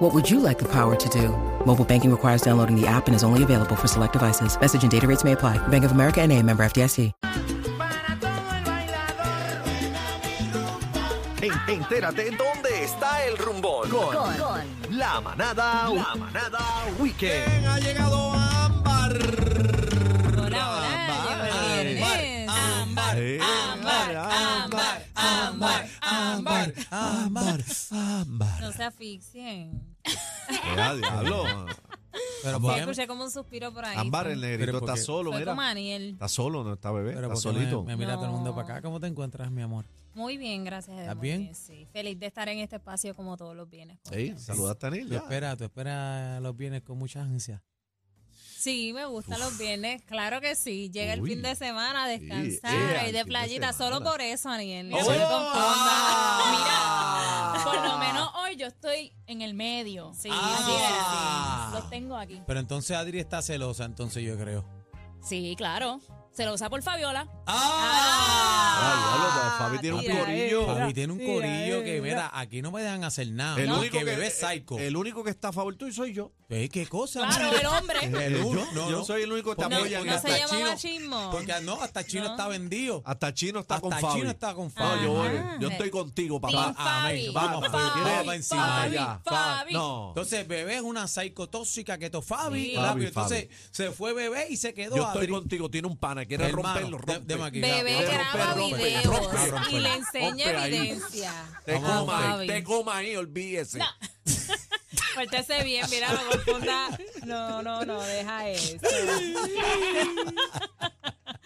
What would you like the power to do? Mobile banking requires downloading the app and is only available for select devices. Message and data rates may apply. Bank of America and a member FDIC. Para todo el bailador. En- entérate dónde está el rumbón con, la manada, la manada weekend. Ha llegado Ámbar. Hola, hola, Ámbar, llegó el viernes. Ámbar, Ámbar, Ámbar, Ámbar, Ámbar, Ámbar, Ámbar. No se asfixien. Ya, diablo. Pero Sí, ¿por qué? escuché como un suspiro por ahí. Ámbar, el negrito Pero ¿por está qué? solo, Soy como mira. Aniel. Está solo, no está bebé, Pero está ¿por qué me- solito. Me, mira todo el mundo No. para acá. ¿Cómo te encuentras, mi amor? Muy bien, gracias a Dios. ¿Estás muy bien? Sí, feliz de estar en este espacio como todos los viernes. Ey, saludaste a Neil, Tú ya. espera, tú espera los bienes con mucha ansia. Sí, me gustan los viernes, claro que sí. Llega el Uy. fin de semana a descansar Sí, y eh, el de fin de playita. Solo semana. por eso, Aniel. No Oh. se me confunda. Ah. Mira, por lo menos hoy yo estoy en el medio. Sí, Ah. así es. Los tengo aquí. Pero entonces Adri está celosa, entonces yo creo. Sí, claro. Se lo usa por Fabiola. Ah, diablo, pa- Fabi tiene un Mira, corillo. Fabi tiene un corillo que, mira, aquí no me dejan hacer nada. El El único que que- bebé es psycho. El único que está a favor tuyo soy yo. Ey, ¿Qué cosa? Claro, el hombre. El Eh, uno, yo, no, yo no. soy el único que te Porque- No, apoya. porque no que se hasta llama Chino- machismo. Porque no, hasta Chino No. está vendido. Hasta Chino está Hasta con Fabi. Chino está con No, Fabi. yo voy. Ajá. Yo estoy contigo, Team papá. Fabi. amén. Vamos, Fabi, Fabi, mira, va encima, Fabi, ya. Fabi. No. Entonces, bebé es una psicotóxica que to Fabi. Sí. rápido. Fabi, Entonces, se fue bebé y se quedó Yo estoy Adri. contigo, tiene un pana, quiere Hermano, romperlo, de- rompe. deme aquí. Bebé Rompe, graba rompe, videos rompe, rompe. y le enseña Rompe ahí. evidencia. Te Vamos, coma ahí, Fabi. te coma ahí, olvídese. No. Pórtese bien, mira, no confunda. No, no, no, deja eso. Eh,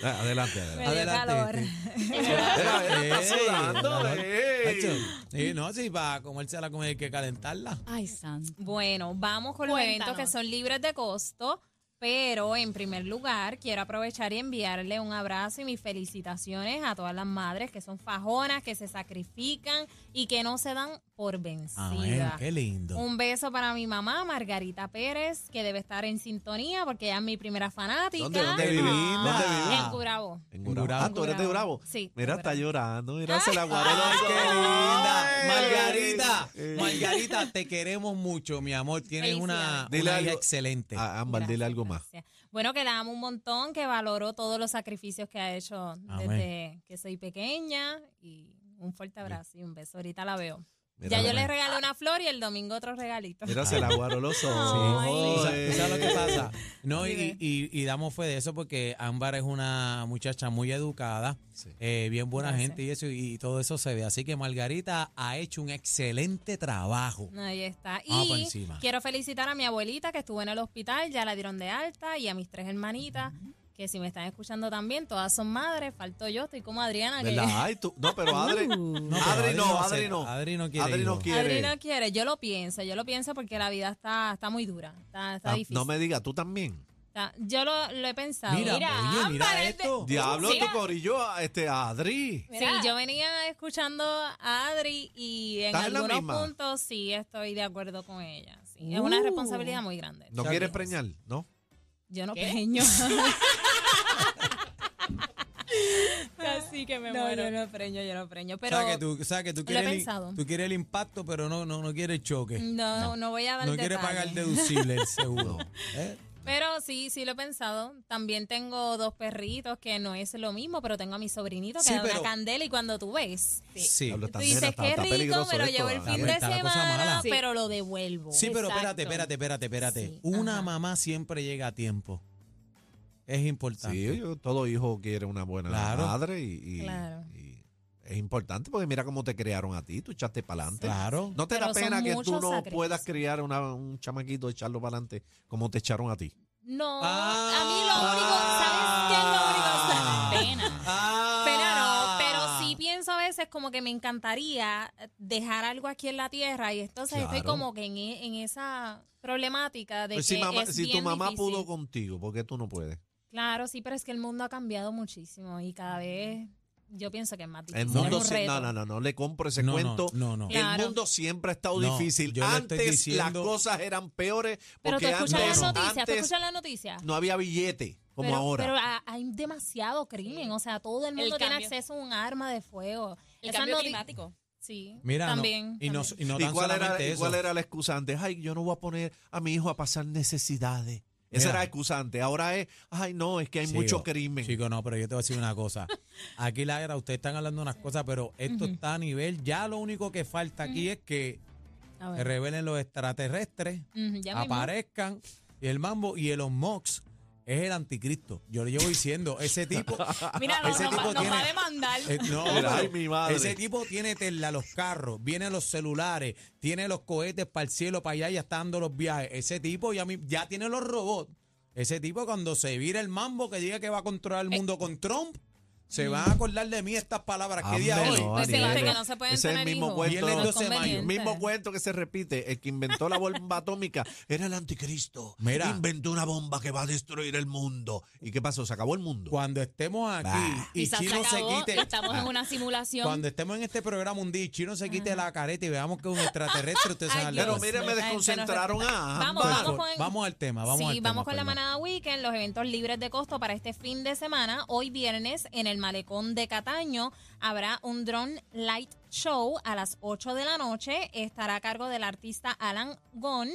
Adelante, Me dio adelante. Adelante, calor. Mira, mira, está Ey, sudando, calor. eh. ey. Nacho, Sí, no, sí, para comérsela con el que calentarla. Ay, santo. Bueno, vamos con los Cuéntanos. eventos que son libres de costo. Pero en primer lugar, quiero aprovechar y enviarle un abrazo y mis felicitaciones a todas las madres que son fajonas, que se sacrifican y que no se dan por Amén, vencidas. qué lindo. Un beso para mi mamá, Margarita Pérez, que debe estar en sintonía porque ella es mi primera fanática. ¿Dónde, dónde vive? divina. ¿Dónde vive? En Curabo. En Gurabo. Gurabo. Ah, tú eres de Gurabo. Sí, Mira, de está Gurabo. llorando. Mira, se la guardó. Ay, qué linda. Ay. Margarita, Eh. Margarita, te queremos mucho, mi amor. Tienes una, Dile una algo. hija excelente. Ah, Ámbar, dile Gracias, algo más. gracias. Bueno, que la amo un montón, que valoró todos los sacrificios que ha hecho desde que soy pequeña. Y un fuerte abrazo y un beso. Ahorita la veo. Mira, ya yo la- le regalé una flor y el domingo otro regalito. Mira, se la guardó los Sí, ojos. ¿sabes- ¿Sabes lo que pasa? No, y, Dime. y- y damos fe de eso porque Ámbar es una muchacha muy educada, Sí. eh, bien buena Gracias. gente y eso, y todo eso se ve. Así que Margarita ha hecho un excelente trabajo. Ahí está. Ah, Vamos por Y encima. quiero felicitar a mi abuelita que estuvo en el hospital, ya la dieron de alta, y a mis tres hermanitas, que si me están escuchando también, todas son madres, faltó yo, estoy como Adriana, que ¿Verdad? Ay, tú. No, Uh. pero Adri. No, pero Adri no, acepta, Adri no. Adri no quiere. Adri no hijo. quiere. Adri no quiere, yo lo pienso, yo lo pienso porque la vida está, está muy dura, está, está Ah, difícil. No me digas, tú también. Está- yo lo, lo he pensado. ah, Mira, oye, mira Ámbar, es de- esto. este- Diablo, Mira. tu corillo, este, Adri. Sí, yo venía escuchando a Adri y en ¿Estás en la algunos misma? puntos sí estoy de acuerdo con ella. sí. Es Uh. una responsabilidad muy grande. ¿No Está quieres bien. preñar? ¿No? Yo no peño. Así que me muero. Yo no preño, yo no preño. Pero o sea que tú, o sea que tú he quieres, pensado. el, tú quieres el impacto, pero no, no, no quieres el choque. no, no, voy a dar No quiere detalles. pagar deducible el seguro. ¿Eh? Pero sí, sí lo he pensado. También tengo dos perritos que no es lo mismo, pero tengo a mi sobrinito que Sí, da una pero- candela y cuando tú ves, Sí. tú Diablo, esta nena dices está- qué está rico, peligroso pero esto, llevo el Adri. fin de Está la cosa semana, mala. Sí. pero lo devuelvo. Sí, pero Exacto. espérate, espérate, espérate, espérate. Sí, Una ajá. mamá siempre llega a tiempo. Es importante. Sí, yo- todo hijo quiere una buena Claro. madre y, y- Claro. y es importante porque mira cómo te crearon a ti, tú echaste para adelante. Claro. No te Pero da son pena que tú muchos no sacrificios. puedas criar una- un chamaquito, echarlo para adelante como te echaron a ti. No, Ah. a mí lo único, ¿sabes qué es lo único? Ah. Pena. Pena no, Ah. pero sí pienso a veces como que me encantaría dejar algo aquí en la tierra y entonces estoy Claro. como que en, e- en esa problemática de Pues que si mamá- es si tu bien mamá difícil. pudo contigo, ¿por qué tú no puedes? Claro, sí, pero es que el mundo ha cambiado muchísimo y cada vez yo pienso que es más difícil. El es mundo un se- reto. no, no, no, no le compro ese No, no, cuento. no, no. El Claro. mundo siempre ha estado No, difícil. yo le estoy Antes diciendo- las cosas eran peores Pero tú porque escuchas antes, las noticias, tú antes escuchas las noticias. no había billete como pero, ahora. Pero ha- hay demasiado crimen, o sea, todo el El mundo tiene cambio. acceso a un arma de fuego. El Esas cambio noti- climático. Sí, Mira, no, también. y no, también. y no ¿Y tan cuál era, solamente y cuál eso. era la excusa antes? Ay, yo no voy a poner a mi hijo a pasar necesidades. Esa Mira. era la excusa antes. Ahora es, ay, no, es que hay Chico, mucho crimen. Chico, no, pero yo te voy a decir una cosa. Aquí la era, ustedes están hablando unas cosas, pero esto está a nivel. Ya lo único que falta aquí es que A se ver. revelen los extraterrestres, Ujú, ya mismo. aparezcan, y el mambo y Elon Musk es el anticristo. Yo le llevo diciendo, ese tipo. Mira, nos, Ese nos va- tipo nos tiene- va a demandar. eh, no, Mira, ay, pero mi madre. ese tipo tiene tela a los carros, viene a los celulares, tiene los cohetes para el cielo, para allá, ya está dando los viajes. Ese tipo ya, mi- ya tiene los robots. Ese tipo cuando se vira el mambo que diga que va a controlar el mundo con Trump, se van a acordar de mí estas palabras. ¿Qué día Hombre, hoy? no, Pues se Ariel. dice que no se pueden Ese es el tener mismo hijos. cuento. Viernes Los 12 de mayo. El convenientes. mismo cuento que se repite. El que inventó la bomba atómica era el anticristo. Mira. Inventó una bomba que va a destruir el mundo. ¿Y qué pasó? Se acabó el mundo. Cuando estemos aquí Bah. y Quizás Chino se acabó y quite. Ah. estamos en una simulación. Cuando estemos en este programa un día y Chino se quite la careta y veamos que es un extraterrestre, ustedes se van a Ay, dar Dios. Pero cuenta. mire, me Ay, desconcentraron Ah, pues, a Vamos, ambas. vamos con- Vamos al tema, vamos sí, al tema, vamos con la perdón. manada weekend, los eventos libres de costo para este fin de semana. Hoy viernes en el malecón de Cataño habrá un drone light show a las 8 de la noche. Estará a cargo del artista Alan Gon.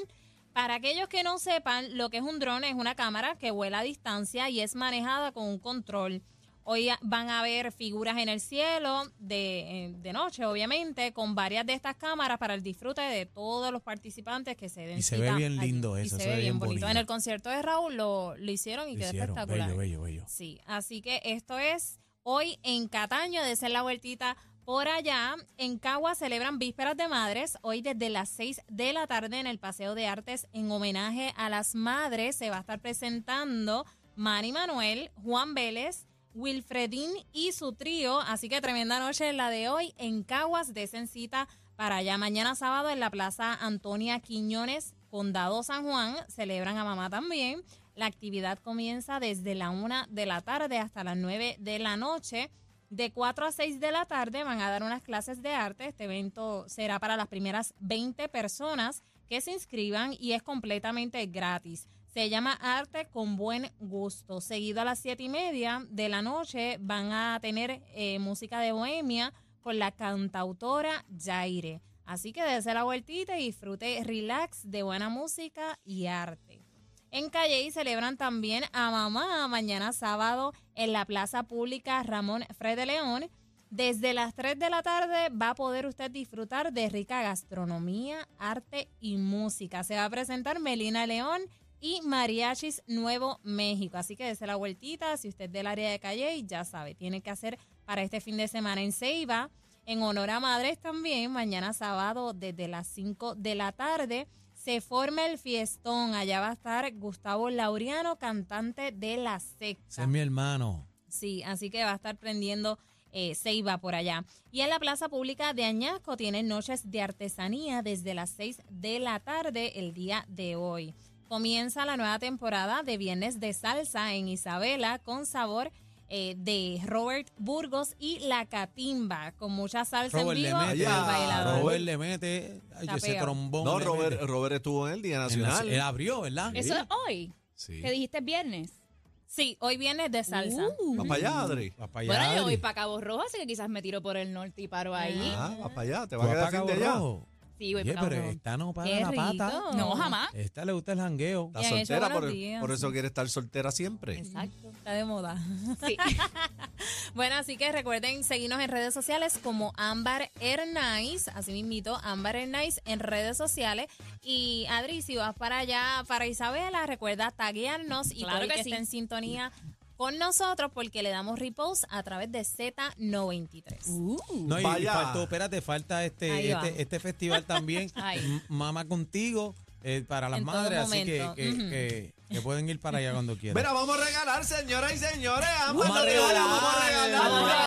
Para aquellos que no sepan, lo que es un drone es una cámara que vuela a distancia y es manejada con un control. Hoy van a ver figuras en el cielo de, eh, de noche, obviamente, con varias de estas cámaras para el disfrute de todos los participantes que se den Y se cita ve bien allí. lindo Y eso, se se ve ve bien bien bonito. bonito. En el concierto de Raúl lo, lo hicieron y Lo quedó hicieron, espectacular. bello, bello, bello. Sí, así que esto es hoy en Cataño, de ser la vueltita por allá. En Cagua celebran Vísperas de Madres, hoy desde las 6 de la tarde en el Paseo de Artes, en homenaje a las madres. Se va a estar presentando Manny Manuel, Juan Vélez, Wilfredín y su trío. Así que tremenda noche la de hoy en Caguas, de cita para allá. Mañana sábado en la Plaza Antonia Quiñones, Condado San Juan, celebran a mamá también. La actividad comienza desde la 1 de la tarde hasta las 9 de la noche. De 4 a 6 de la tarde van a dar unas clases de arte. Este evento será para las primeras 20 personas que se inscriban y es completamente gratis. Se llama Arte con Buen Gusto. Seguido a las 7 y media de la noche van a tener eh, música de bohemia con la cantautora Jaire. Así que dése la vueltita y disfrute relax de buena música y arte. En Calley celebran también a mamá mañana sábado en la Plaza Pública Ramón Fred de León. Desde las 3 de la tarde va a poder usted disfrutar de rica gastronomía, arte y música. Se va a presentar Melina León y Mariachis Nuevo México. Así que desde la vueltita, si usted es del área de Calley, ya sabe, tiene que hacer para este fin de semana en Ceiba. En honor a madres también, mañana sábado desde las 5 de la tarde se forma el fiestón. Allá va a estar Gustavo Laureano, cantante de la Ese secta. es mi hermano. Sí, así que va a estar prendiendo eh, Ceiba por allá. Y en la Plaza Pública de Añasco tienen noches de artesanía desde las 6 de la tarde el día de hoy. Comienza la nueva temporada de Viernes de Salsa en Isabela con sabor eh, de Robert Burgos y La Catimba, con mucha salsa Robert en le vivo mete, Ah, y Allá. bailador. Robert le mete, ay, Está ese pegado. trombón. No, le Robert, mete. Robert estuvo en el Día En la- Nacional. él abrió, ¿verdad? Eso es hoy, Sí. que dijiste viernes. Sí, hoy Viernes de Salsa. Uh. Va para allá, Adri. Va pa' allá, Bueno, yo voy Adri. para Cabo Rojo, así que quizás me tiro por el norte y paro ahí. Ah, va para allá. Te ¿Tú va a vas quedar pa' sin de Cabo allá. Rojo? Sí, voy Oye, para Cabo pero Rojo. esta no para Qué la pata. rico. No, jamás. Esta le gusta el jangueo. Está Y han hecho soltera, buenos por, días, por sí. eso quiere estar soltera siempre. Exacto. Está de moda. Sí. Bueno, así que recuerden seguirnos en redes sociales como Ámbar Hernández, así mismito, Ámbar Hernández en redes sociales. Y Adri, si vas para allá, para Isabela, recuerda taguearnos y Claro todo el que que sí. esté en sintonía con nosotros porque le damos repost a través de Z93. No, y, y Vaya. faltó, espérate, falta Ahí este, va. este, este festival también. Ay. M- Mama contigo eh, para las En todo madres, así que, momento. que, Ujú. que- que pueden ir para allá cuando quieran. Mira, vamos a regalar, señoras y señores. Vamos a Vamos a regalar. regalar. Vamos a regalar.